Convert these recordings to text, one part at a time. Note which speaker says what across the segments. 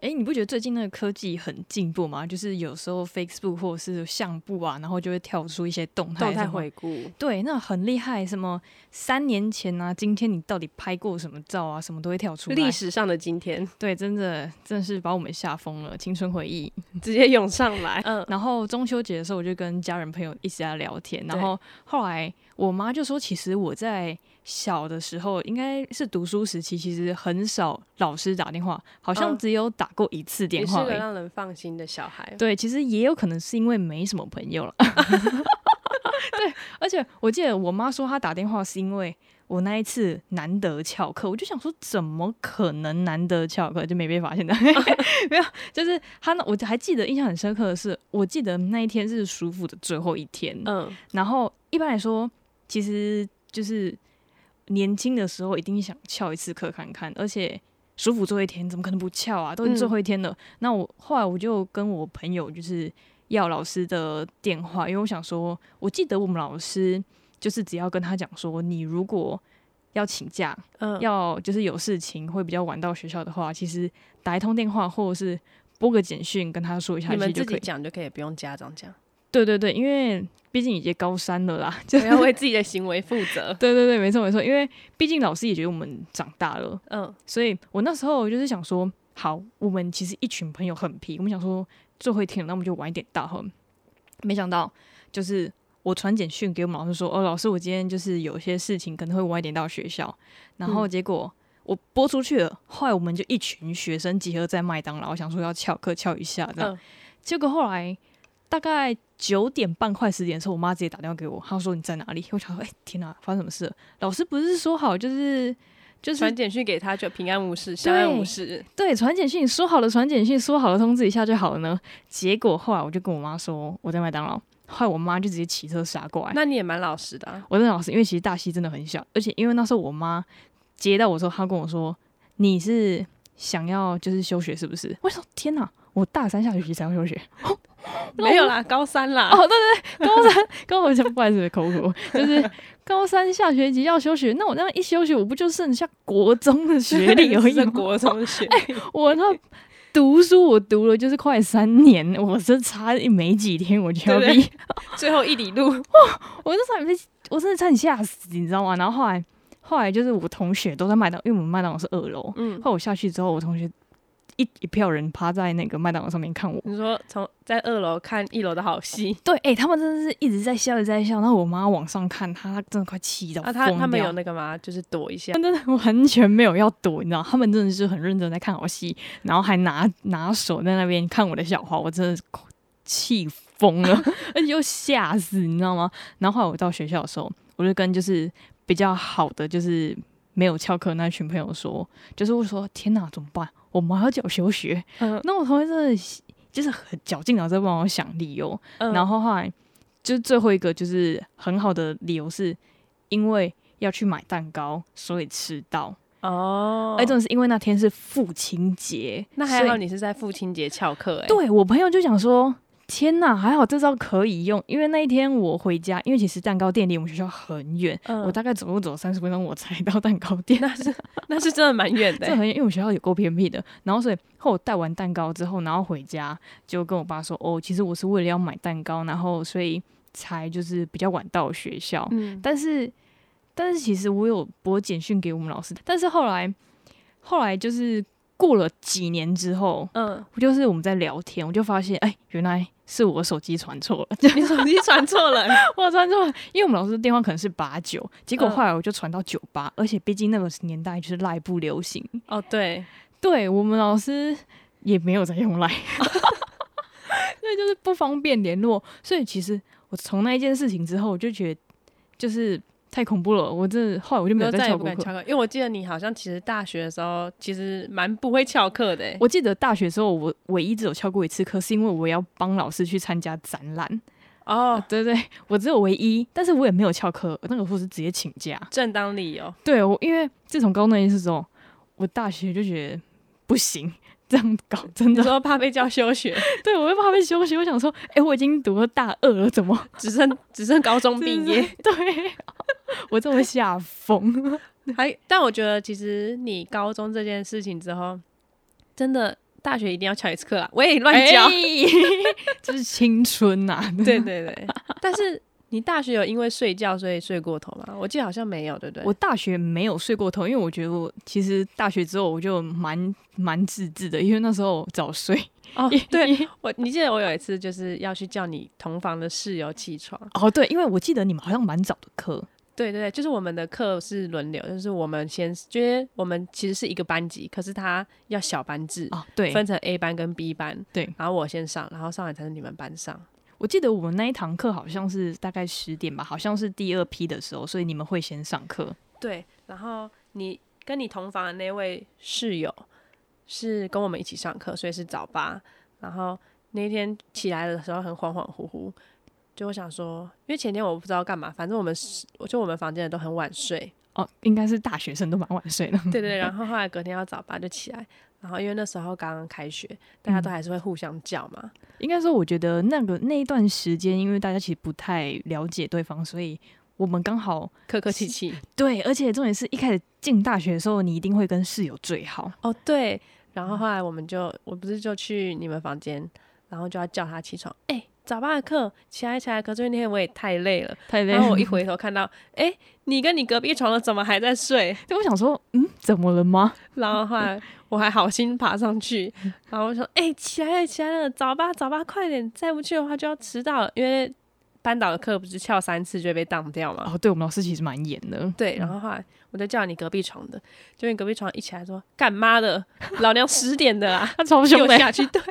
Speaker 1: 哎，你不觉得最近那个科技很进步吗？就是有时候 Facebook 或者是相簿啊，然后就会跳出一些动态
Speaker 2: 动态
Speaker 1: 什么
Speaker 2: 回顾，
Speaker 1: 对，那很厉害，什么三年前啊，今天你到底拍过什么照啊，什么都会跳出来。
Speaker 2: 历史上的今天
Speaker 1: 对，真的真是把我们吓疯了，青春回忆。哎
Speaker 2: 直接涌上来。嗯，
Speaker 1: 然后中秋节的时候，我就跟家人朋友一直在聊天，然后后来我妈就说，其实我在小的时候，应该是读书时期，其实很少老师打电话，好像
Speaker 2: 嗯
Speaker 1: 只有打过一次
Speaker 2: 你
Speaker 1: 电
Speaker 2: 是啊
Speaker 1: 话而
Speaker 2: 个
Speaker 1: 已。
Speaker 2: 让人放心的小孩。
Speaker 1: 对，其实也有可能是因为没什么朋友了。对，而且我记得我妈说她打电话是因为我那一次难得翘课，我就想说怎么可能难得翘课就没被发现的？没有，就是她呢，我还记得印象很深刻的是，我记得那一天是舒服的最后一天，
Speaker 2: 嗯，
Speaker 1: 然后一般来说，其实就是年轻的时候一定想翘一次课看看，而且舒服最后一天，怎么可能不翘啊？都
Speaker 2: 嗯
Speaker 1: 已经最后一天了。那我后来我就跟我朋友就是要老师的电话，因为我想说，我记得我们老师就是只要跟他讲说，你如果要请假，
Speaker 2: 嗯，
Speaker 1: 要就是有事情会比较晚到学校的话，其实打一通电话或者是拨个简讯跟他说一下，
Speaker 2: 你
Speaker 1: 其
Speaker 2: 们
Speaker 1: 实就
Speaker 2: 自
Speaker 1: 可
Speaker 2: 己
Speaker 1: 以。
Speaker 2: 讲就可以，不用家长 讲，
Speaker 1: 对对对，因为毕竟已经高三了啦，就。
Speaker 2: 不要为自己的行为负责
Speaker 1: 对对对，没错没错，因为毕竟老师也觉得我们长大了，
Speaker 2: 嗯，
Speaker 1: 所以我那时候就是想说，好，我们其实一群朋友很皮，我们想说最后一天了，那我们就晚一点到哈。没想到就是我传简讯给我们老师说，哦，老师，我今天就是有些事情可能会晚一点到学校，然后
Speaker 2: 嗯
Speaker 1: 结果。我播出去了，后来我们就一群学生集合在麦当劳，想说要翘课翘一下这样。
Speaker 2: 嗯
Speaker 1: 结果后来大概九点半快十点的时候，我妈直接打电话给我，她说你在哪里？我想说，哎、天哪、发生什么事了？老师不是说好就是就是
Speaker 2: 传简讯给他就平安无事，相安无事。
Speaker 1: 对传简讯说好了传简讯说好了通知一下就好了呢？结果后来我就跟我妈说我在麦当劳，后来我妈就直接骑车杀过来。
Speaker 2: 那你也蛮老实的啊。
Speaker 1: 我真的老师，因为其实大溪真的很小，而且因为那时候我妈接到我的时候，她跟我说你是想要就是休学是不是？我想说天哪，我大三下学期才要休学。
Speaker 2: 没有啦，高三啦。
Speaker 1: 哦，对对对，高三高我不好意思，口误，就是高三下学期要休学，那我那一休学，我不就剩下国中的学历而
Speaker 2: 是
Speaker 1: 已
Speaker 2: 这
Speaker 1: 吗？哎
Speaker 2: 国中学历。
Speaker 1: 我那读书我读了就是快三年，我这差没几天我就要毕
Speaker 2: 对
Speaker 1: 业
Speaker 2: 不，最后一里路，
Speaker 1: 我就差点被，我真的差点吓死，你知道吗？然后后来后来就是我同学都在麦当，因为我们麦当劳是二楼，
Speaker 2: 嗯，
Speaker 1: 后来我下去之后，我同学一一票人趴在那个麦当劳上面看我。
Speaker 2: 你说从在二楼看一楼的好戏，
Speaker 1: 对，哎、他们真的是一直在笑，一直在笑。然后我妈往上看，她她真的快气到
Speaker 2: 啊，
Speaker 1: 疯
Speaker 2: 他
Speaker 1: 掉。
Speaker 2: 他们有那个吗？就是躲一下，
Speaker 1: 真的完全没有要躲，你知道，他们真的是很认真在看好戏，然后还拿拿手在那边看我的小花，我真的是气疯了， 而且又吓死，你知道吗？然后后来我到学校的时候，我就跟就是比较好的就是没有翘课那群朋友说，就是我说天哪，怎么办？我妈要叫我休学，
Speaker 2: 嗯，
Speaker 1: 那我同学真的就是很绞尽脑汁帮我想理由，
Speaker 2: 嗯
Speaker 1: 然后后来就是最后一个就是很好的理由是，因为要去买蛋糕，所以迟到。哎
Speaker 2: 哦，
Speaker 1: 而真的是因为那天是父亲节，
Speaker 2: 那还
Speaker 1: 所
Speaker 2: 好
Speaker 1: 以。
Speaker 2: 你是在父亲节翘课，哎，，
Speaker 1: 对我朋友就想说。天呐，还好这招可以用，因为那一天我回家，因为其实蛋糕店离我们学校很远，
Speaker 2: 嗯
Speaker 1: 我大概走路走三十分钟我才到蛋糕店，
Speaker 2: 那是那是真的蛮远的
Speaker 1: 这
Speaker 2: 欸，
Speaker 1: 很远，因为我们学校有够偏僻的。然后所以后来我带完蛋糕之后，然后回家就跟我爸说，哦，其实我是为了要买蛋糕，然后所以才就是比较晚到学 校。
Speaker 2: 嗯，
Speaker 1: 但是但是其实我有拨简讯给我们老师，但是后来后来就是过了几年之后，
Speaker 2: 嗯，
Speaker 1: 就是我们在聊天，我就发现，哎，原来是我手机传错了，
Speaker 2: 你手机传错了，
Speaker 1: 我传错了，因为我们老师的电话可能是八九，结果
Speaker 2: 嗯
Speaker 1: 后来我就传到九八、而且毕竟那个年代就是赖不流行，
Speaker 2: 哦，对，
Speaker 1: 对我们老师也没有在用赖， 对，就是不方便联络，所以其实我从那一件事情之后，我就觉得就是太恐怖了，我真的后来我就没有
Speaker 2: 我
Speaker 1: 再
Speaker 2: 再也
Speaker 1: 翘
Speaker 2: 不
Speaker 1: 过
Speaker 2: 敢
Speaker 1: 课。
Speaker 2: 翘课，因为我记得你好像其实大学的时候其实蛮不会翘课的欸，
Speaker 1: 我记得大学时候，我唯一只有翘过一次课，是因为我要帮老师去参加展览。
Speaker 2: 哦，
Speaker 1: 对对，我只有唯一，但是我也没有翘课，那个时候是直接请假。
Speaker 2: 正当理 由，
Speaker 1: 对我，因为自从高中那一次之后，我大学就觉得不行，这样搞真
Speaker 2: 你
Speaker 1: 的，
Speaker 2: 说怕被叫休学，
Speaker 1: 对我又怕被休息。我想说，哎、我已经读了大二了，怎么
Speaker 2: 只剩只剩高中毕 业，，
Speaker 1: 真的是 对，我这么吓疯。
Speaker 2: 还，但我觉得其实你高中这件事情之后，真的大学一定要翘一次课啦，啊我也乱教。
Speaker 1: 这是青春呐、啊！
Speaker 2: 哎 对对对，但是你大学有因为睡觉所以睡过头吗？我记得好像没有，对不对？
Speaker 1: 我大学没有睡过头，因为我觉得我其实大学之后我就蛮蛮自制的，因为那时候早睡。
Speaker 2: 哦，对 我，你记得我有一次就是要去叫你同房的室友起床。
Speaker 1: 哦，对，因为我记得你们好像蛮早的课。
Speaker 2: 对对对，就是我们的课是轮流，就是我们先，就是我们其实是一个班级，可是他要小班制，
Speaker 1: 哦，对，
Speaker 2: 嗯分成 A 班跟 B 班，
Speaker 1: 对
Speaker 2: 然后我先上，然后上完才是你们班上。
Speaker 1: 我记得我们那一堂课好像是大概十点吧，好像是第二批的时候，所以你们会先上课。
Speaker 2: 对，然后你跟你同房的那位室友是跟我们一起上课，所以是早八。然后那天起来的时候很恍恍惚惚，就我想说，因为前天我不知道干嘛，反正我们是，我就我们房间的都很晚睡，
Speaker 1: 哦，应该是大学生都蛮晚睡的。
Speaker 2: 对对对，然后后来隔天要早八就起来，然后因为那时候刚刚开学，大家都还是会互相叫嘛，
Speaker 1: 应该说，我觉得那个那一段时间，因为大家其实不太了解对方，所以我们刚好
Speaker 2: 客客气气。
Speaker 1: 对，而且重点是一开始进大学的时候，你一定会跟室友最好。
Speaker 2: 哦，对。然
Speaker 1: 嗯
Speaker 2: 后后来我们就，我不是就去你们房间，然后就要叫他起床。哎、早八的课，起来起来。可是那天我也太累了，
Speaker 1: 太 累
Speaker 2: 然后
Speaker 1: 了
Speaker 2: 我，一回头看到，哎、你跟你隔壁床的怎么还在睡？
Speaker 1: 对，我想说，嗯，怎么了吗？
Speaker 2: 然后后来我还好心爬上去，然后我说，哎、起来了，起来了，早八早八，快点，再不去的话就要迟到了，因为班导的课不是翘三次就会被当掉嘛。
Speaker 1: 哦，对我们老师其实蛮严的。
Speaker 2: 对，然后后来我就叫你隔壁床的，就你隔壁床一起来说，干妈的，老娘十点的 啊，
Speaker 1: 他超
Speaker 2: 给
Speaker 1: 凶
Speaker 2: 我
Speaker 1: 的，
Speaker 2: 下去，对。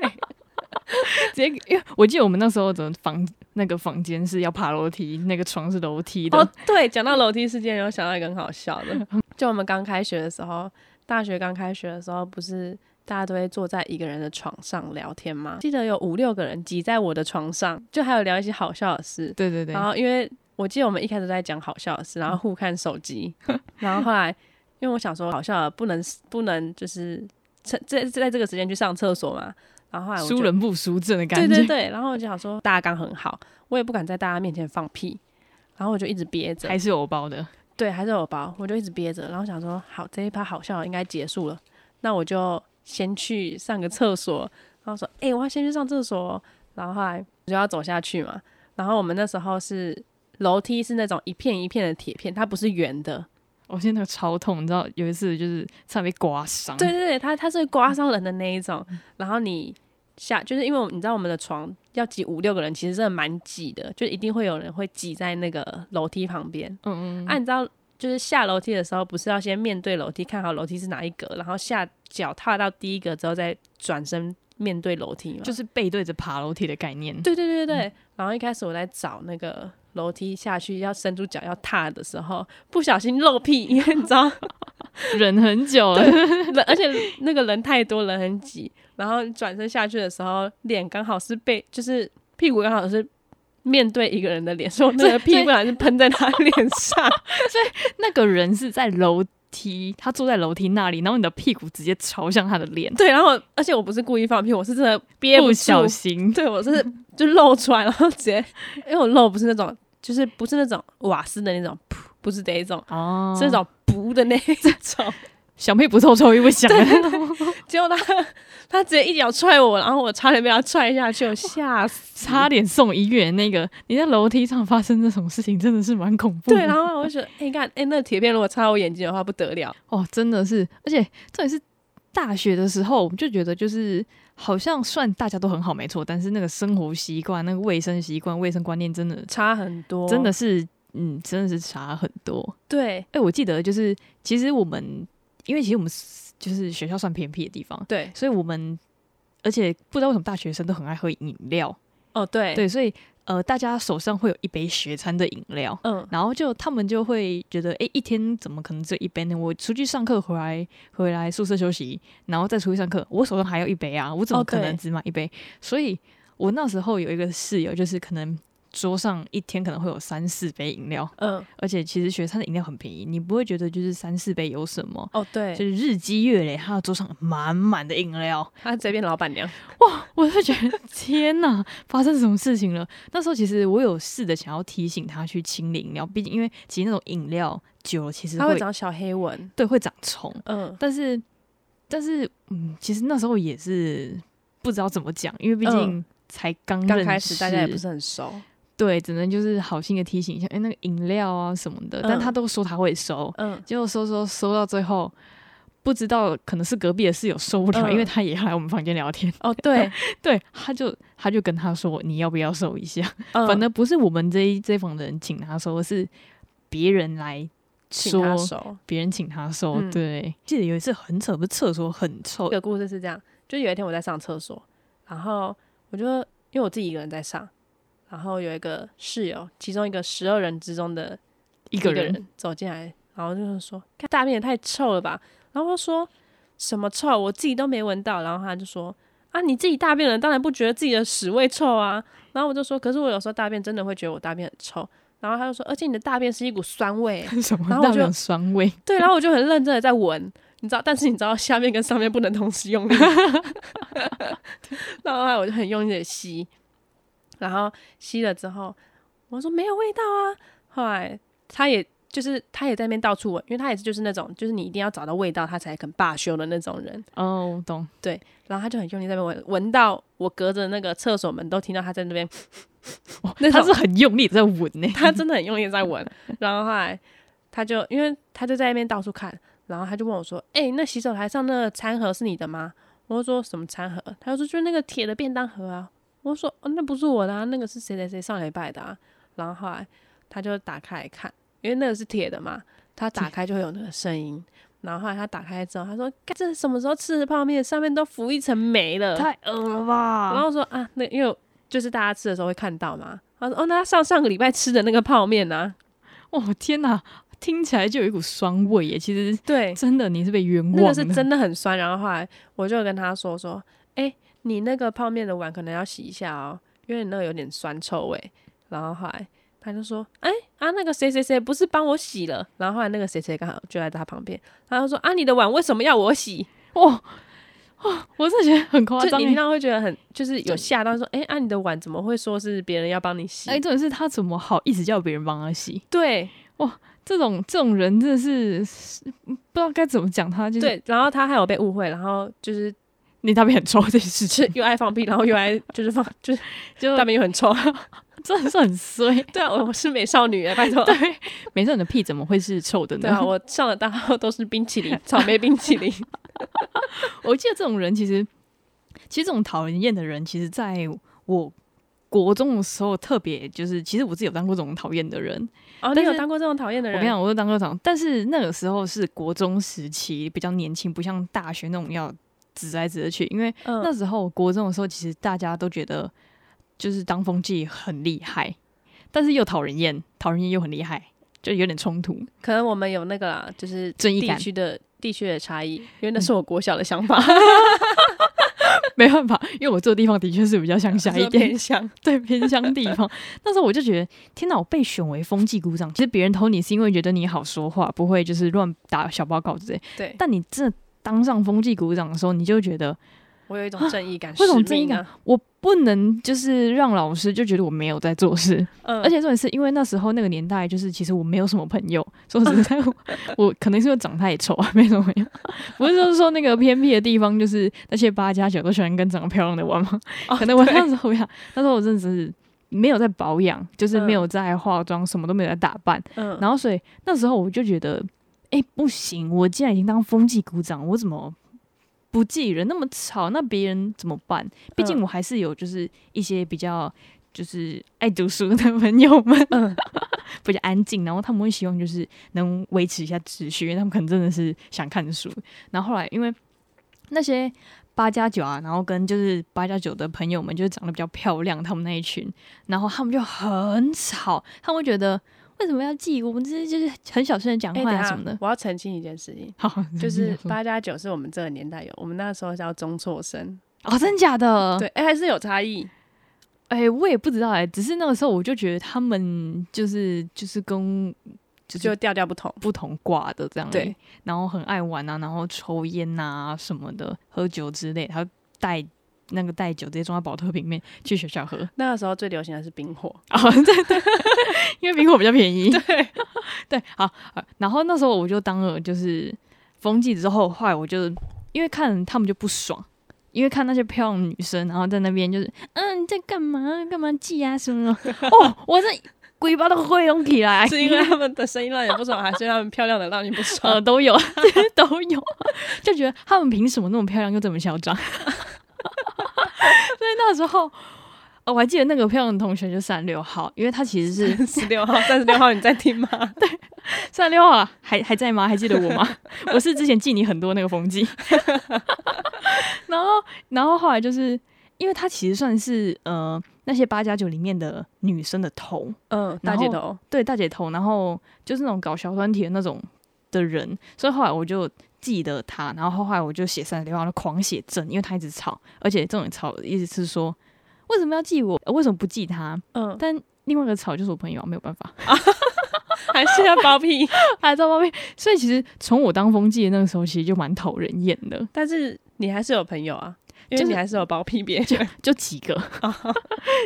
Speaker 1: 直接，因为我记得我们那时候的房那个房间是要爬楼梯，那个床是楼梯的。
Speaker 2: 哦，对，讲到楼梯事件，有想到一个很好笑 的，就我们刚开学的时候，大学刚开学的时候，不是大家都会坐在一个人的床上聊天吗？记得有五六个人挤在我的床上，就还有聊一些好笑的事。
Speaker 1: 对对对，嗯
Speaker 2: 然后因为我记得我们一开始在讲好笑的事，然后互看手 机，然后后来因为我想说好笑的不能不能就是趁在在这个时间去上厕所嘛，然后后来我就
Speaker 1: 输人不输阵的感
Speaker 2: 对
Speaker 1: 觉。
Speaker 2: 对对，然后我就想说大家刚很好，我也不敢在大家面前放屁。然后我就一直憋着，
Speaker 1: 还是有包的。
Speaker 2: 对，还是有包，我就一直憋着，然后想说，好，这一趴好笑，应该结束了，那我就先去上个厕所。然后说，哎、我要先去上厕所哦，然后后来我就要走下去嘛。然后我们那时候是楼梯是那种一片一片的铁片，它不是圆的，
Speaker 1: 我现在那个超痛，你知道有一次就是差点被刮伤。
Speaker 2: 对对对，它它是刮伤人的那一种。
Speaker 1: 嗯
Speaker 2: 然后你下就是因为我们你知道我们的床要挤五六个人，其实真的蛮挤的，就一定会有人会挤在那个楼梯旁边。
Speaker 1: 嗯，嗯嗯，
Speaker 2: 啊，你知道，就是下楼梯的时候，不是要先面对楼梯，看好楼梯是哪一格，然后下脚踏到第一格之后，再转身面对楼梯嘛？
Speaker 1: 就是嗯背对着爬楼梯的概念。
Speaker 2: 对对对对对。然后一开始我在找那个楼梯下去要伸出脚要踏的时候，不小心漏屁，因为你知道，
Speaker 1: 忍很久 了，
Speaker 2: 人而且那个人太多，人很挤，然后转身下去的时候，脸刚好是被就是屁股刚好是。面对一个人的脸，所以我那个屁
Speaker 1: 对
Speaker 2: 股还是喷在他脸上，
Speaker 1: 那个人是在楼梯，他坐在楼梯那里，然后你的屁股直接朝向他的脸，
Speaker 2: 对，然后而且我不是故意放屁，我是真的憋
Speaker 1: 不
Speaker 2: 住
Speaker 1: 小心，
Speaker 2: 对我是就露出来，然后直接，因为我露不是那种，就是不是那种瓦斯的那种，噗，不是那一种，
Speaker 1: 哦
Speaker 2: 是那种噗的那一种。
Speaker 1: 小屁不臭臭又不响，
Speaker 2: 结果他他直接一脚踹我，然后我差点被他踹下去，我吓 死。
Speaker 1: 差点送医院。那个你在楼梯上发生这种事情，真的是蛮恐怖的。
Speaker 2: 对，然后我就觉得，哎、你看，哎、那铁片如果插到我眼睛的话，不得了。
Speaker 1: 哦，真的是，而且重点是大学的时候，我们就觉得就是好像算大家都很好，没错，但是那个生活习惯、那个卫生习惯、卫生观念，真的
Speaker 2: 差很多，
Speaker 1: 真的是，嗯，真的是差很多。
Speaker 2: 对
Speaker 1: 哎、我记得就是，其实我们因为其实我们是就是学校算偏僻的地方，
Speaker 2: 对
Speaker 1: 所以我们而且不知道为什么大学生都很爱喝饮料，
Speaker 2: 哦对
Speaker 1: 对，所以呃，大家手上会有一杯学餐的饮料。
Speaker 2: 嗯
Speaker 1: 然后就他们就会觉得，哎、一天怎么可能只有一杯呢？我出去上课回来，回来宿舍休息，然后再出去上课，我手上还有一杯啊，我怎么
Speaker 2: 哦
Speaker 1: 可能
Speaker 2: 对
Speaker 1: 只买一杯？所以我那时候有一个室友，就是可能桌上一天可能会有三四杯饮料，
Speaker 2: 嗯
Speaker 1: 而且其实学餐的饮料很便宜，你不会觉得就是三四杯有什么。
Speaker 2: 哦
Speaker 1: 就
Speaker 2: 对，
Speaker 1: 是日积月累，他的桌上满满的饮料，
Speaker 2: 他直接变老板娘，
Speaker 1: 我就觉得天哪， 发生什么事情了？那时候其实我有试着想要提醒他去清理饮料，毕竟因为其实那种饮料久了其实
Speaker 2: 他会
Speaker 1: 会
Speaker 2: 长小黑纹，
Speaker 1: 对会长虫，
Speaker 2: 嗯
Speaker 1: 但是但是嗯，其实那时候也是不知道怎么讲，因为毕竟
Speaker 2: 嗯
Speaker 1: 才刚
Speaker 2: 刚
Speaker 1: 认
Speaker 2: 开始大家也
Speaker 1: 识
Speaker 2: 不是很熟，
Speaker 1: 对，只能就是好心的提醒一下，哎、那个饮料啊什么的，但
Speaker 2: 嗯
Speaker 1: 他都说他会收，
Speaker 2: 嗯，
Speaker 1: 结果收收收到最后，不知道可能是隔壁的室友受不了，
Speaker 2: 嗯
Speaker 1: 因为他也要来我们房间聊天，
Speaker 2: 哦对，
Speaker 1: 对，他就他就跟他说你要不要收一下，
Speaker 2: 嗯
Speaker 1: 反正不是我们这一这一房的人请他收，是别人来
Speaker 2: 请他
Speaker 1: 说，
Speaker 2: 熟。
Speaker 1: 别人请他收，
Speaker 2: 嗯
Speaker 1: 对，记得有一次很扯，不是厕所很臭
Speaker 2: 这，个故事是这样，就有一天我在上厕所，然后我就因为我自己一个人在上，然后有一个室友，其中一个十二人之中的
Speaker 1: 一
Speaker 2: 一
Speaker 1: 个
Speaker 2: 个
Speaker 1: 人，
Speaker 2: 人走进来，然后就是说看大便也太臭了吧，然后我就说什么臭，我自己都没闻到，然后他就说啊你自己大便了，当然不觉得自己的屎味臭啊，然后我就说可是我有时候大便真的会觉得我大便很臭，然后他就说而且你的大便是一股酸味，
Speaker 1: 什么
Speaker 2: 然后我
Speaker 1: 大
Speaker 2: 就
Speaker 1: 便酸 味，
Speaker 2: 对，然后我就很认真的在闻，你知道，但是你知道下面跟上面不能同时用力， 然后后来我就很用力的吸，然后吸了之后，我说没有味道啊。后来他也就是他也在那边到处闻，因为他也是就是那种就是你一定要找到味道他才肯罢休的那种人，
Speaker 1: 哦，我懂，
Speaker 2: 然后他就很用力在那边闻，闻到我隔着那个厕所门都听到他在那边，
Speaker 1: 哇
Speaker 2: 那
Speaker 1: 他
Speaker 2: 种
Speaker 1: 是很用力在闻 呢、
Speaker 2: 他真的很用力地在闻，然后后来他就因为他就在那边到处看，然后他就问我说：“哎、那洗手台上那个餐盒是你的吗？”我就说：“什么餐盒？”他就说：“就是那个铁的便当盒啊。”我就说：“哦，那不是我的、啊，那个是谁谁谁上礼拜的啊。”然后后来他就打开来看，因为那个是铁的嘛，他打开就会有那个声音。然后后来他打开之后，他说：“干这是什么时候吃的泡面？上面都浮一层霉了。”
Speaker 1: 太恶了
Speaker 2: 然
Speaker 1: 吧！
Speaker 2: 后说啊，那因为就是大家吃的时候会看到嘛。他说哦，那他上上个礼拜吃的那个泡面啊呢、
Speaker 1: 哦天哪，听起来就有一股酸味耶。其实
Speaker 2: 对，
Speaker 1: 真的你是被冤枉
Speaker 2: 那
Speaker 1: 的，
Speaker 2: 个是真的很酸。然后后来我就跟他说说，哎、你那个泡面的碗可能要洗一下哦，因为你那个有点酸臭味。然后后来他就说，哎、啊，那个谁谁谁不是帮我洗了？然后后来那个谁谁刚好就在他旁边，他就说啊，你的碗为什么要我洗？
Speaker 1: 哇哇，我真的觉得很夸
Speaker 2: 就
Speaker 1: 张欸
Speaker 2: 你听
Speaker 1: 耶。
Speaker 2: 到会觉得很就是有吓到说，哎、啊，你的碗怎么会说是别人要帮你洗？
Speaker 1: 哎、重点是他怎么好意思叫别人帮他洗？
Speaker 2: 对，
Speaker 1: 这种这种人真的是是不知道该怎么讲他，就是
Speaker 2: 对，然后他还有被误会，然后就是
Speaker 1: 你大便很臭这件事
Speaker 2: 就
Speaker 1: 情，
Speaker 2: 又爱放屁，然后又爱就是放就是
Speaker 1: 就
Speaker 2: 大便又很臭。
Speaker 1: 真的是很衰。
Speaker 2: 对啊，我我是美少女哎，拜托。
Speaker 1: 对，没事，你的屁怎么会是臭 的
Speaker 2: 对
Speaker 1: 呢？
Speaker 2: 啊，我上的大号都是冰淇 淋，草莓冰淇淋。
Speaker 1: 我记得这种人其实，其实这种讨人厌的人，其实在我国中的时候特别就是，其实我自己有当过这种讨厌的人。
Speaker 2: 哦，你
Speaker 1: 但
Speaker 2: 有
Speaker 1: 是
Speaker 2: 当过这种讨厌的
Speaker 1: 我
Speaker 2: 人？
Speaker 1: 跟你讲，我有当过这种，但是那个时候是国中时期，比较年轻，不像大学那种要指来指去。因为
Speaker 2: 嗯，
Speaker 1: 那时候国中的时候，其实大家都觉得就是当风纪很厉害，但是又讨人厌，讨人厌又很厉害，就有点冲突，
Speaker 2: 可能我们有那个啦，就是
Speaker 1: 正义
Speaker 2: 地
Speaker 1: 感。
Speaker 2: 区的地区的差异，因为那是我国小的想法，
Speaker 1: 没办法， 因为我住的地方的确是比较乡下
Speaker 2: 就是
Speaker 1: 一点，
Speaker 2: 偏向。
Speaker 1: 对偏乡地方。那时候我就觉得，天哪，我被选为风纪股长，其实别人投你是因为觉得你好说话，不会就是乱打小报告之类。
Speaker 2: 对，
Speaker 1: 但你真的当上风纪股长的时候，你就觉得
Speaker 2: 我有一种正义 感，
Speaker 1: 会有种
Speaker 2: 使命啊
Speaker 1: 正义我不能就是让老师就觉得我没有在做事，
Speaker 2: 嗯，
Speaker 1: 而且重点是因为那时候那个年代，就是其实我没有什么朋友， 说实在我，我可能是因为长太丑啊，没什么朋友。不是就是说那个偏僻的地方，就是那些八加九都喜欢跟长得漂亮的玩 吗？
Speaker 2: 哦
Speaker 1: 可能我
Speaker 2: 对
Speaker 1: 那时候呀，那时候我真的是没有在保养，就是
Speaker 2: 嗯
Speaker 1: 没有在化妆，什么都没有在打扮。
Speaker 2: 嗯，
Speaker 1: 然后所以那时候我就觉得，哎、不行，我既然已经当风纪股长，我怎么不记人那么吵？那别人怎么办？毕竟
Speaker 2: 嗯
Speaker 1: 我还是有就是一些比较就是爱读书的朋友们，
Speaker 2: 嗯
Speaker 1: 比较安静，然后他们会希望就是能维持一下秩序，因为他们可能真的是想看书。然后后来因为那些。八加九啊，然后跟就是八加九的朋友们，就是长得比较漂亮，他们那一群，然后他们就很吵，他们会觉得为什么要记？我们这是就是很小声的讲
Speaker 2: 哎，
Speaker 1: 话
Speaker 2: 等一
Speaker 1: 啊
Speaker 2: 下
Speaker 1: 什么的。
Speaker 2: 我要澄清一件事 情，
Speaker 1: 好，
Speaker 2: 就是
Speaker 1: 你
Speaker 2: 八加九是我们这个年代有，我们那时候叫中辍生，
Speaker 1: 哦，真假的？
Speaker 2: 对，哎，还是有差异。
Speaker 1: 哎、我也不知道哎、只是那个时候我就觉得他们就是就是跟就是
Speaker 2: 就调调不同。
Speaker 1: 不同挂的这样，
Speaker 2: 对，
Speaker 1: 然后很爱玩啊，然后抽烟呐、什么的，喝酒之类，还有带那个带酒直接装在保特瓶里面去学校喝。
Speaker 2: 那个时候最流行的是冰火，
Speaker 1: 哦，对对，因为苹果比较便宜。 对对，好，好然后那时候我就当了就是风纪之后，后来我就因因为看他们就不爽，因为看那些漂亮女生，然后在那边就是嗯你在干嘛干嘛记啊什么的，哦，我这鬼巴都会用起 来，
Speaker 2: 是因为他们的声音让你不爽，还是因为他们漂亮的让你不
Speaker 1: 呃
Speaker 2: 爽？
Speaker 1: 都有都有，就觉得他们凭什么那么漂亮又这么嚣张？ 所以那时候。呃我还记得那个漂亮的同学就三六号，因为他其实是
Speaker 2: 呃十六号、三十六号，你在听吗？
Speaker 1: 三六啊，还还在吗？还记得我吗？ 我是之前记你很多那个风纪， 然后然后后来就是因为她其实算是呃那些八加九里面的女生的头，
Speaker 2: 嗯，大
Speaker 1: 然后
Speaker 2: 姐头，
Speaker 1: 对大姐头，然后就是那种搞小团体的那种的人，所以后来我就记得她，然后后来我就写三十六号，就狂写正，因为她一直吵，而且这种吵的意思是说为什么要记我，呃为什么不记她？
Speaker 2: 嗯，
Speaker 1: 但另外一个吵就是我朋友啊，没有办法。
Speaker 2: 还是要包庇。
Speaker 1: 还在外面，所以其实从我当风纪的那个时候，其实就蛮讨人厌的，
Speaker 2: 但是你还是有朋友啊，因
Speaker 1: 就
Speaker 2: 为
Speaker 1: 是
Speaker 2: 你还是有包庇别 人。
Speaker 1: 就几个，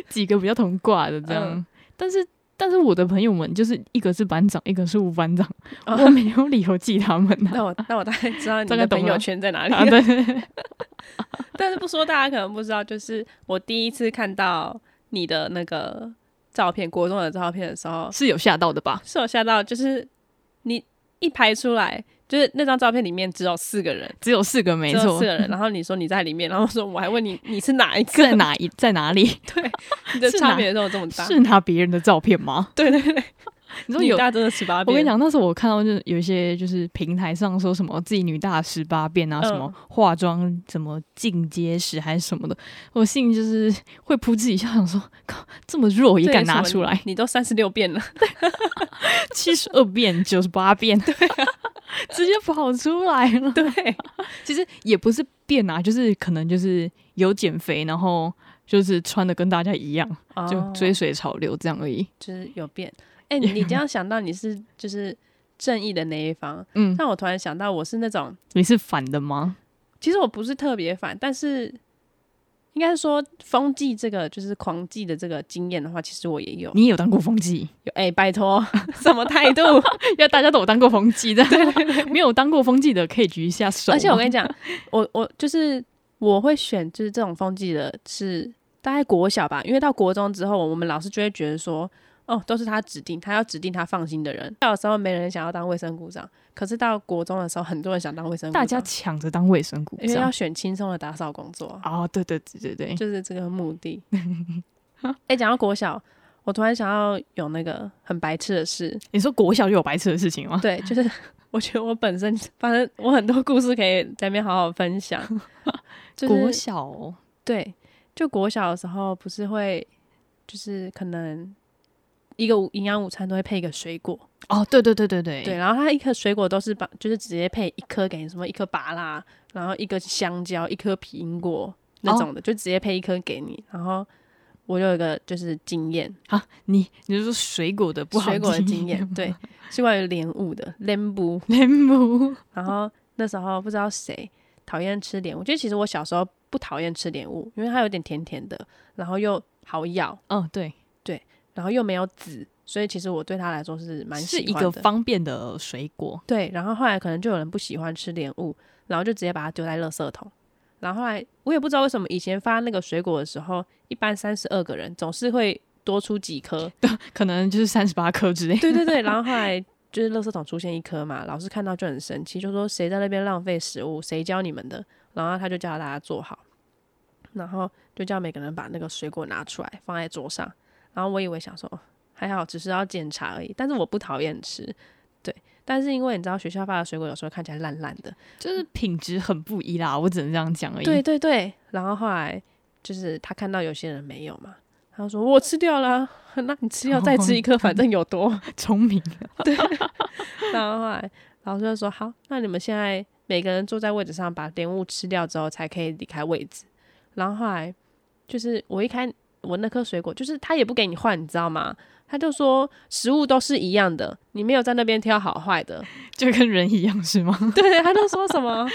Speaker 1: 几个比较同挂的这样。
Speaker 2: 嗯
Speaker 1: 但是，但是我的朋友们就是一个是班长，一个是副班长，
Speaker 2: 哦
Speaker 1: 我没有理由记他们 啊。
Speaker 2: 那我那我大概知道你
Speaker 1: 大概
Speaker 2: 的
Speaker 1: 懂
Speaker 2: 朋友
Speaker 1: 了
Speaker 2: 圈在 哪里
Speaker 1: 啊，
Speaker 2: 了。
Speaker 1: 对，
Speaker 2: 但是不说，大家可能不知道，就是我第一次看到你的那个照片，国中的照片的时候，
Speaker 1: 是有吓到的吧？
Speaker 2: 是我吓到，就是你一排出来，就是那张照片里面只有四个人，
Speaker 1: 只有四个，没
Speaker 2: 只有
Speaker 1: 错
Speaker 2: 四，个人。然后你说你在里面，然后我说我还问你你是哪一个，
Speaker 1: 在哪一在哪里？
Speaker 2: 你的
Speaker 1: 是
Speaker 2: 差
Speaker 1: 哪
Speaker 2: 别都有这么大。
Speaker 1: 是拿别人的照片吗？
Speaker 2: 对对对，
Speaker 1: 你说
Speaker 2: 女
Speaker 1: 有。
Speaker 2: 大真的十八
Speaker 1: 我
Speaker 2: 变。
Speaker 1: 跟你，讲，那时候我看到就是有一些就是平台上说什么自己女大十八变啊，
Speaker 2: 嗯
Speaker 1: 什么化妆什么进阶时还是什么的，我心里就是会扑哧一下，想说靠，这么弱也敢拿出 来，
Speaker 2: 你都三十六变了，
Speaker 1: 七十二变、九十八变， 直接跑出来了。
Speaker 2: 啊对，
Speaker 1: 其实也不是变啊，就是可能就是有减肥，然后就是穿的跟大家一样，就
Speaker 2: 哦
Speaker 1: 追随潮流这样而已。
Speaker 2: 就是有变。哎、你你这样想到你是就是正义的那一方，
Speaker 1: 嗯，
Speaker 2: 但我突然想到我是那种，
Speaker 1: 你是反的吗？
Speaker 2: 其实我不是特别反，但是应该是说风纪这个就是狂纪的这个经验的话，其实我也有。
Speaker 1: 你也有当过风纪？
Speaker 2: 有哎、拜托， 什么态度？
Speaker 1: 要大家都有当过风纪的， 没有当过风纪的可以举一下手吗。
Speaker 2: 而且我跟你讲，我我就是我会选就是这种风纪的是大概国小吧，因为到国中之后，我们老师就会觉得说，哦，都是他指定，他要指定他放心的人。到时候没人想要当卫生股长，可是到国中的时候，很多人想当卫生股
Speaker 1: 大
Speaker 2: 长，
Speaker 1: 家抢着当卫生股
Speaker 2: 因为要
Speaker 1: 长
Speaker 2: 选轻松的打扫工作啊，
Speaker 1: 啊、对对对对啊对，
Speaker 2: 就是这个目 的。哎、讲到国小，我突然想要有那个很白痴的 事，
Speaker 1: 你说国小就有白痴的事情吗？
Speaker 2: 对，就是我觉得我本身，反正我很多故事可以在那边好好分 享。就是、
Speaker 1: 国小、哦、
Speaker 2: 对，就国小的时候不是会，就是可能一个午营养午餐都会配一个水果，
Speaker 1: 哦，对对对对对
Speaker 2: 对，然后它一颗水果都是把就是直接配一颗给你什么一颗芭拉，然后一个香蕉，一颗苹果那
Speaker 1: 哦
Speaker 2: 种的，就直接配一颗给你，然后。我有一个就是经验，
Speaker 1: 啊，你你是说水果的不好
Speaker 2: 水果的经验
Speaker 1: 吗，
Speaker 2: 对，是关于莲雾的莲雾，
Speaker 1: 莲雾
Speaker 2: 然后那时候不知道谁讨厌吃莲雾，就其实我小时候不讨厌吃莲雾，因为它有点甜甜的，然后又好咬，
Speaker 1: 嗯，对，
Speaker 2: 然后又没有籽，所以其实我对它来说是蛮
Speaker 1: 是
Speaker 2: 喜
Speaker 1: 一
Speaker 2: 欢的。
Speaker 1: 个方便的水果，
Speaker 2: 对，然后后来可能就有人不喜欢吃莲雾，然后就直接把它丢在垃圾桶。然后后来我也不知道为什么，以前发那个水果的时候，一般三十二个人总是会多出几颗。
Speaker 1: 可能就是三十八颗之类。
Speaker 2: 对对对，然后后来就是垃圾桶出现一颗嘛，老师看到就很生气，就说谁在那边浪费食物，谁教你们的？然后他就叫大家做好，然后就叫每个人把那个水果拿出来放在桌上。然后我以为想说哦还好，只是要检查而已，但是我不讨厌吃，对。但是因为你知道学校发的水果有时候看起来烂烂的，
Speaker 1: 就是品质很不一啦，我只能这样讲而已。
Speaker 2: 对，对对。然后后来就是他看到有些人没有嘛，他就说我吃掉了啊， 那你吃掉再吃一颗，反正有多。
Speaker 1: 聪明，
Speaker 2: 然后后来老师就说：“好，那你们现在每个人坐在位置上，把莲雾吃掉之后，才可以离开位置。”然后后来就是我一开我那颗水果，就是他也不给你换，你知道吗？他就说食物都是一样的，你没有在那边挑好坏的。
Speaker 1: 就跟人一样是吗？
Speaker 2: 对，他就说什么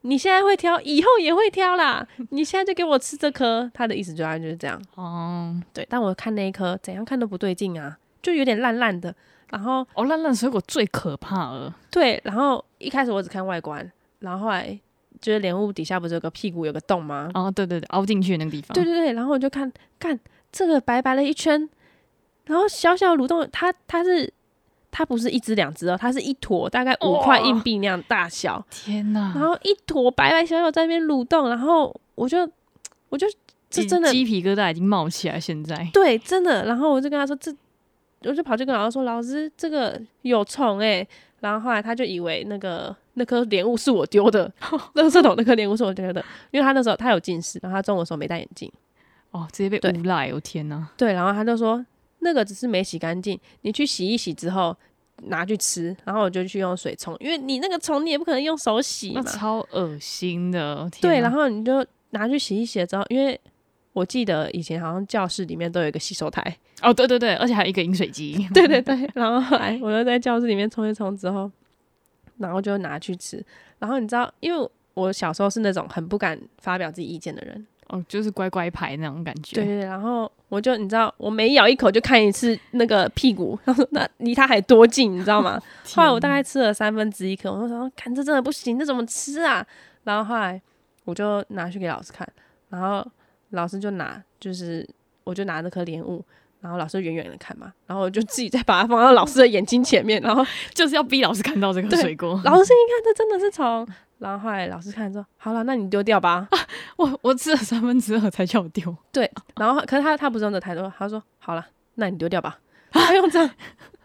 Speaker 2: 你现在会挑，以后也会挑啦，你现在就给我吃这颗。他的意思就大概就是这样。
Speaker 1: 哦、
Speaker 2: 对，但我看那一颗怎样看都不对劲啊，就有点烂烂的。然后
Speaker 1: 哦，烂烂水果最可怕了。
Speaker 2: 对，然后一开始我只看外观，然后后来就是莲雾底下不是有个屁股有个洞吗？
Speaker 1: 哦，对对对，凹进去的那个地方，
Speaker 2: 对对对，然后我就看看这个白白的一圈，然后小小的蠕动，它它是它不是一只两只哦，它是一坨大概五块硬币那样大小，
Speaker 1: 啊天哪，
Speaker 2: 然后一坨白白小小在那边蠕动，然后我就我就这
Speaker 1: 鸡
Speaker 2: 真的
Speaker 1: 鸡皮疙瘩已经冒起来，现在
Speaker 2: 对真的，然后我就跟他说这，我就跑去跟老师说，老师这个有虫哎、然后后来他就以为那个那颗莲雾是我丢 的，那个圾桶那颗莲雾是我丢的，因为他那时候他有近视，然后他中午的时候没戴眼镜。
Speaker 1: 哦，直接被
Speaker 2: 对
Speaker 1: 诬赖，我天哪，
Speaker 2: 对，然后他就说那个只是没洗干净，你去洗一洗之后拿去吃，然后我就去用水冲，因为你那个虫你也不可能用手洗
Speaker 1: 那
Speaker 2: 嘛。
Speaker 1: 超啊恶心的，哦
Speaker 2: 对，
Speaker 1: 天哪
Speaker 2: 然后你就拿去洗一洗了之后，因为我记得以前好像教室里面都有一个洗手台，
Speaker 1: 哦，对对对，而且还有一个饮水机，
Speaker 2: 对对对，然后后来我就在教室里面冲一冲之后，然后就拿去吃，然后你知道，因为我小时候是那种很不敢发表自己意见的人，
Speaker 1: 哦，就是乖乖牌那种感
Speaker 2: 对
Speaker 1: 觉，
Speaker 2: 对对，然后我就你知道，我每咬一口就看一次那个屁股， 然后那离它还多近，你知道吗？后来我大概吃了三分之一颗，我就想说，看这真的不行，这怎么吃啊？然后后来我就拿去给老师看，然后老师就拿，就是我就拿那颗莲雾，然后老师远远的看嘛，然后我就自己再把它放到老师的眼睛前面，然后
Speaker 1: 就是要逼老师看到这个
Speaker 2: 对
Speaker 1: 水果，
Speaker 2: 老师一看，这真的是虫。然后后来老师看说，好了，那你丢掉吧。
Speaker 1: 我我吃了三分之二才叫我丢，
Speaker 2: 然后可是他他不是用这态度，他说好了，那你丢掉吧。他用这样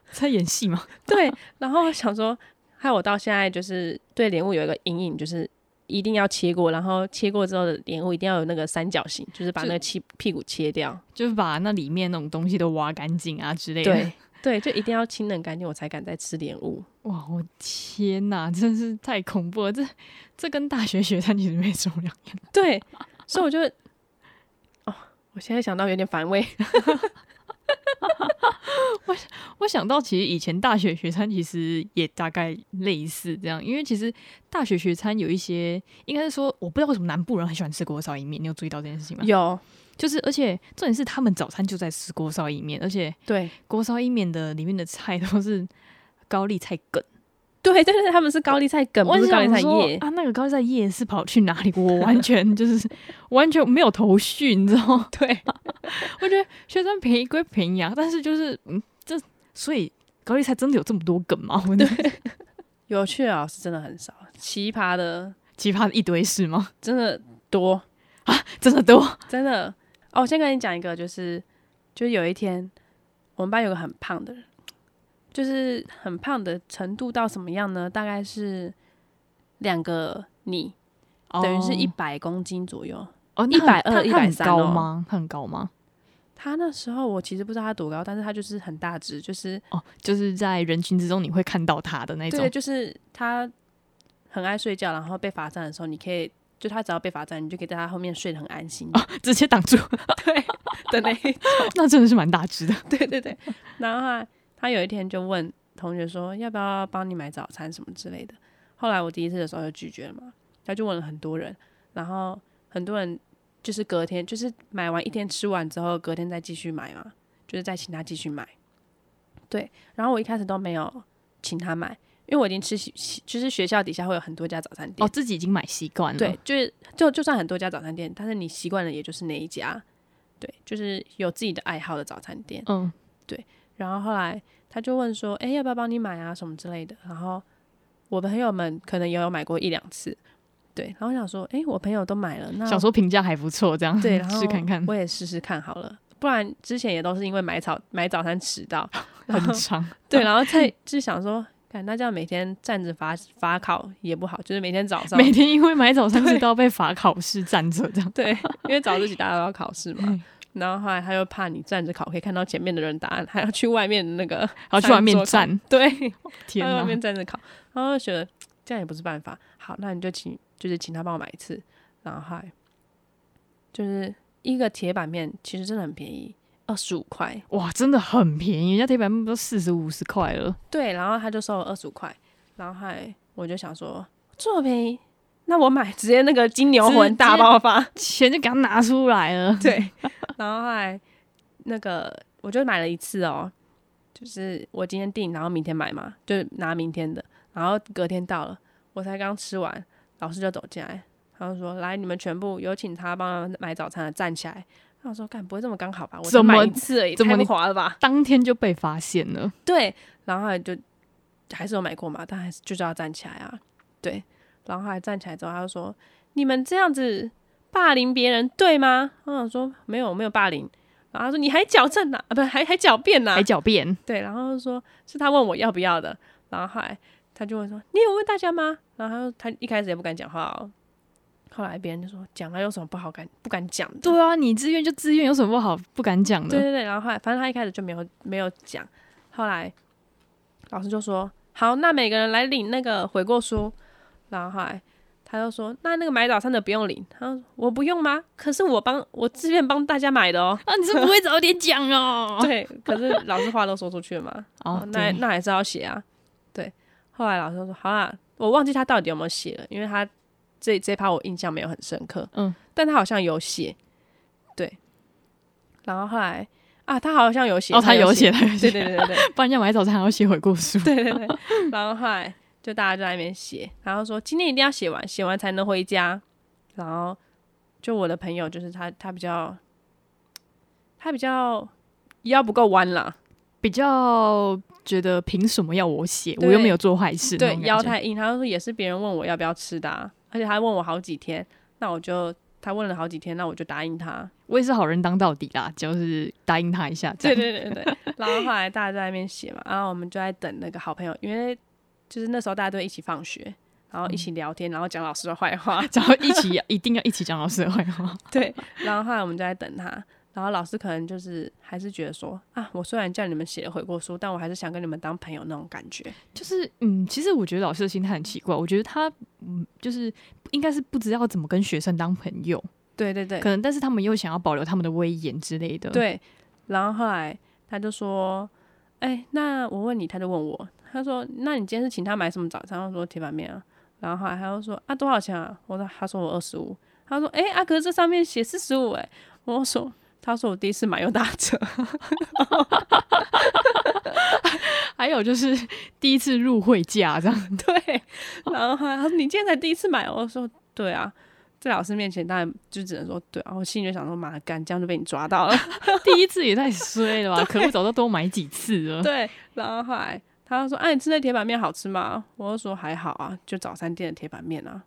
Speaker 1: 在演戏吗？
Speaker 2: 对，然后想说，害我到现在就是对莲雾有一个阴影，就是一定要切过，然后切过之后的莲雾一定要有那个三角形，就是把
Speaker 1: 就
Speaker 2: 那个屁屁股切掉。
Speaker 1: 就是把那里面那种东西都挖干净啊之类的。
Speaker 2: 对，对，就一定要清冷干净，我才敢再吃莲雾。
Speaker 1: 哇，我天哪，真是太恐怖了！这这跟大学学餐其实没什么两样。
Speaker 2: 对，所以我就，哦，我现在想到有点反 胃。
Speaker 1: 我想到，其实以前大学学餐其实也大概类似这样，因为其实大学学餐有一些，应该是说，我不知道为什么南部人很喜欢吃锅烧意面，你有注意到这件事情吗？
Speaker 2: 有，
Speaker 1: 就是，而且重点是他们早餐就在吃锅烧意面，而且
Speaker 2: 对，
Speaker 1: 锅烧意面的里面的菜都是高丽菜梗，
Speaker 2: 对，对对，他们是高丽菜梗，不
Speaker 1: 我
Speaker 2: 是高丽
Speaker 1: 想
Speaker 2: 菜
Speaker 1: 说
Speaker 2: 叶。
Speaker 1: 啊，那个高丽菜叶是跑去哪里？我 完全就是完全没有头绪，你知道吗？
Speaker 2: 对，
Speaker 1: 我觉得学生便宜归便宜啊，但是就是嗯，这所以高丽菜真的有这么多梗吗？我们
Speaker 2: 有趣的老师真的很少，奇葩的
Speaker 1: 奇葩的一堆事吗？
Speaker 2: 真的多。
Speaker 1: 真的多
Speaker 2: 真的哦，我先跟你讲一个，就是就是有一天，我们班有个很胖的人，就是很胖的程度到什么样呢？大概是两个你，等于是一百公斤左右。
Speaker 1: 哦那
Speaker 2: 120
Speaker 1: 很他他很
Speaker 2: 130
Speaker 1: 高
Speaker 2: 哦
Speaker 1: 吗？他很高吗？
Speaker 2: 他那时候我其实不知道他多高，但是他就是很大只，就是
Speaker 1: 哦，就是在人群之中你会看到他的那
Speaker 2: 对，
Speaker 1: 种，
Speaker 2: 就是他很爱睡觉，然后被罚站的时候，你可以就他只要被罚站，你就可以在他后面睡得很安心
Speaker 1: 直接挡住，
Speaker 2: 的那一
Speaker 1: 那真的是蛮大只的。
Speaker 2: 对对对，然后他他有一天就问同学说要不要帮你买早餐什么之类的。后来我第一次的时候就拒绝了嘛，他就问了很多人，然后很多人就是隔天就是买完一天吃完之后，隔天再继续买嘛，就是再请他继续买。对，然后我一开始都没有请他买，因为我已经吃习习就是学校底下会有很多家早餐店
Speaker 1: 哦，，嗯自己已经买习惯了。
Speaker 2: 对，，就是就就算很多家早餐店，但是你习惯了也就是那一家，对，就是有自己的爱好的早餐店。
Speaker 1: 嗯，
Speaker 2: 然后后来他就问说：“哎、要不要帮你买啊？什么之类的。”然后我的朋友们可能也有买过一两次，对。然后我想说：“哎、我朋友都买了，那
Speaker 1: 想说评价还不错，这样
Speaker 2: 对，然后
Speaker 1: 试看看，
Speaker 2: 我也试试看好了。”不然之前也都是因为买早买早餐迟 到，
Speaker 1: 很长。
Speaker 2: 对，然后再就想说，看那这样每天站着罚罚考也不好，就是每天早上
Speaker 1: 每天因为买早餐吃到被罚考试站着 这 样。
Speaker 2: 对，因为早自习大家都要考试 嘛。然后后来他又怕你站着考可以看到前面的人答案，还要去外面那个
Speaker 1: 然后去外面
Speaker 2: 餐
Speaker 1: 站，
Speaker 2: 对，
Speaker 1: 天
Speaker 2: 在外
Speaker 1: 哪！
Speaker 2: 面站着烤，然后就觉得这样也不是办法。好，那你就请就是请他帮我买一次，然后还就是一个铁板面，其实真的很便宜，二十五块。
Speaker 1: 哇，真的很便宜，人家铁板面都四十五十块了。
Speaker 2: 对，然后他就收了二十五块，然后还我就想说这么便宜，那我买直接那个金牛
Speaker 1: 直
Speaker 2: 魂大
Speaker 1: 接
Speaker 2: 爆发。
Speaker 1: 钱就给他拿出来了。
Speaker 2: 对， 然后后来那个我就买了一次哦，就是我今天订，然后明天买嘛，就拿明天的，然后隔天到了，我才刚吃完，老师就走进来，他就说：“来，你们全部有请他帮他买早餐的站起来。”那我说：“干，不会这么刚好吧？我才
Speaker 1: 怎么
Speaker 2: 买一次而已，
Speaker 1: 怎么
Speaker 2: 太不
Speaker 1: 你
Speaker 2: 划了吧
Speaker 1: 当天就被发现了。？”
Speaker 2: 对，然后后来就还是有买过嘛，但还是就叫他站起来啊。对，然后后来站起来之后，他就说：“你们这样子霸凌别人对吗？”我想说：“没有，没有霸凌。”然后他说：“你还矫正呐、啊？不，还还狡辩呐、
Speaker 1: 还狡辩，
Speaker 2: 对，然后就说是他问我要不要的，然后后来他就问说你有问大家吗？然后他一开始也不敢讲话哦，后来别人就说讲了有什么不好敢不敢讲的？
Speaker 1: 对啊，你自愿就自愿，有什么不好不敢讲
Speaker 2: 对
Speaker 1: 的？
Speaker 2: 对对，然后后来反正他一开始就没有没有讲，后来老师就说好，那每个人来领那个悔过书，然后后来。他就说：“那那个买早餐的不用领。”他说：“我不用吗？可是我帮我自愿帮大家买的哦。。
Speaker 1: 啊，你是不会早点讲哦
Speaker 2: 对，可是老师话都说出去了嘛，
Speaker 1: 哦，
Speaker 2: 那
Speaker 1: 对，
Speaker 2: 那还是要写啊。对，后来老师就说好啦，我忘记他到底有没有写了，因为他这这一趴我印象没有很深刻，
Speaker 1: 嗯，
Speaker 2: 但他好像有写，对。然后后来啊，他好像有写，
Speaker 1: 哦，他有
Speaker 2: 有
Speaker 1: 写，，他有
Speaker 2: 对
Speaker 1: 写，
Speaker 2: 对对对对
Speaker 1: 不然要买早餐还要写悔过书。
Speaker 2: 对对对。然后后来就大家就在那边写，然后说今天一定要写完，写完才能回家。然后就我的朋友，就是他，他比较，他比较腰不够弯啦，
Speaker 1: 比较觉得凭什么要我写？
Speaker 2: 对
Speaker 1: 我又没有做坏事，
Speaker 2: 对
Speaker 1: 那，种感
Speaker 2: 腰
Speaker 1: 觉
Speaker 2: 太硬。他就说也是别人问我要不要吃的、啊，而且他问我好几天，那我就他问了好几天，那我就答应他。
Speaker 1: 我也是好人当到底啦，就是答应他一下。这
Speaker 2: 对
Speaker 1: 样，
Speaker 2: 对对对。然后后来大家在那边写嘛，然后我们就在等那个好朋友，因为就是那时候大家都一起放学，然后一起聊天，然后讲老师的坏 话。
Speaker 1: 然后一起 一定要一起讲老师的坏话。
Speaker 2: 对，然后后来我们就在等他。然后老师可能就是还是觉得说啊，我虽然叫你们写了悔过书，但我还是想跟你们当朋友那种感觉。
Speaker 1: 就是嗯，其实我觉得老师的心态很奇怪，我觉得他嗯，就是应该是不知道怎么跟学生当朋友，
Speaker 2: 对对对
Speaker 1: 可，能但是他们又想要保留他们的威严之类的。，
Speaker 2: 对，然后后来他就说：“哎、那我问你，他就问我，他说：那你今天是请他买什么早餐？我说铁板面啊。然后后来他就说：啊，多少钱啊？我说：他说我二十五。他说：哎、啊，可是这上面写四十五哎。我说：他说我第一次买又打折。
Speaker 1: 还有就是 第一次入会价这 样，
Speaker 2: 对，然后后来他说：你今天才第一次买？我说：对啊。”在老师面前，当然就只能说对啊。我心里就想说，妈干，这样就被你抓到了。
Speaker 1: 第一次也太衰了吧？可恶，早知道多买几次了。
Speaker 2: 对，然后后来他就说：“哎、你吃那铁板面好吃吗？”我就说：“还好啊，就早餐店的铁板面啊。”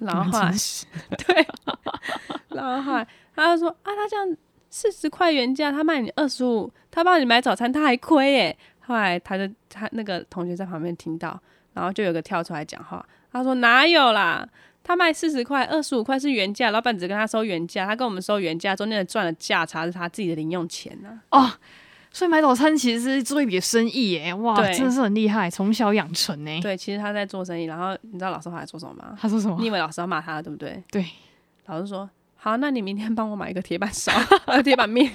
Speaker 2: 然后后来
Speaker 1: 蛮，诚实
Speaker 2: 对， 然后后来他就说：“啊，他这样四十块原价，他卖你二十五，他帮你买早餐，他还亏耶。”后来他就他那个同学在旁边听到，然后就有个跳出来讲话，他说：“哪有啦？”他卖四十块，二十五块是原价，老板只跟他收原价，他跟我们收原价，中间的赚的价差是他自己的零用钱啊呐、
Speaker 1: 哦。所以买早餐其实是做一笔生意耶，哇，
Speaker 2: 对
Speaker 1: 真的是很厉害，从小养成呢。
Speaker 2: 对，其实他在做生意，然后你知道老师后来说什么吗？
Speaker 1: 他说什么
Speaker 2: 你？以为老师要骂他了，对不对？
Speaker 1: 哦对，
Speaker 2: 老师说好，那你明天帮我买一个铁板烧， 呃，铁板面。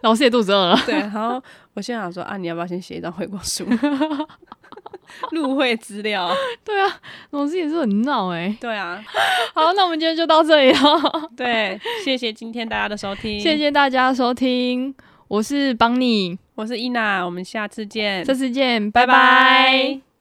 Speaker 1: 老师也肚子饿了。
Speaker 2: 对，然后我现在想说啊，你要不要先写一张悔过书， 入会资料？
Speaker 1: 对啊，老师也是很闹哎。嗯
Speaker 2: 对啊，
Speaker 1: 好，那我们今天就到这里了。
Speaker 2: 对，谢谢今天大家的收听，
Speaker 1: 谢，谢大家收听，我是邦尼，
Speaker 2: 我是伊娜，我们下次见，
Speaker 1: 这次见，
Speaker 2: 拜
Speaker 1: 嗯拜拜
Speaker 2: 拜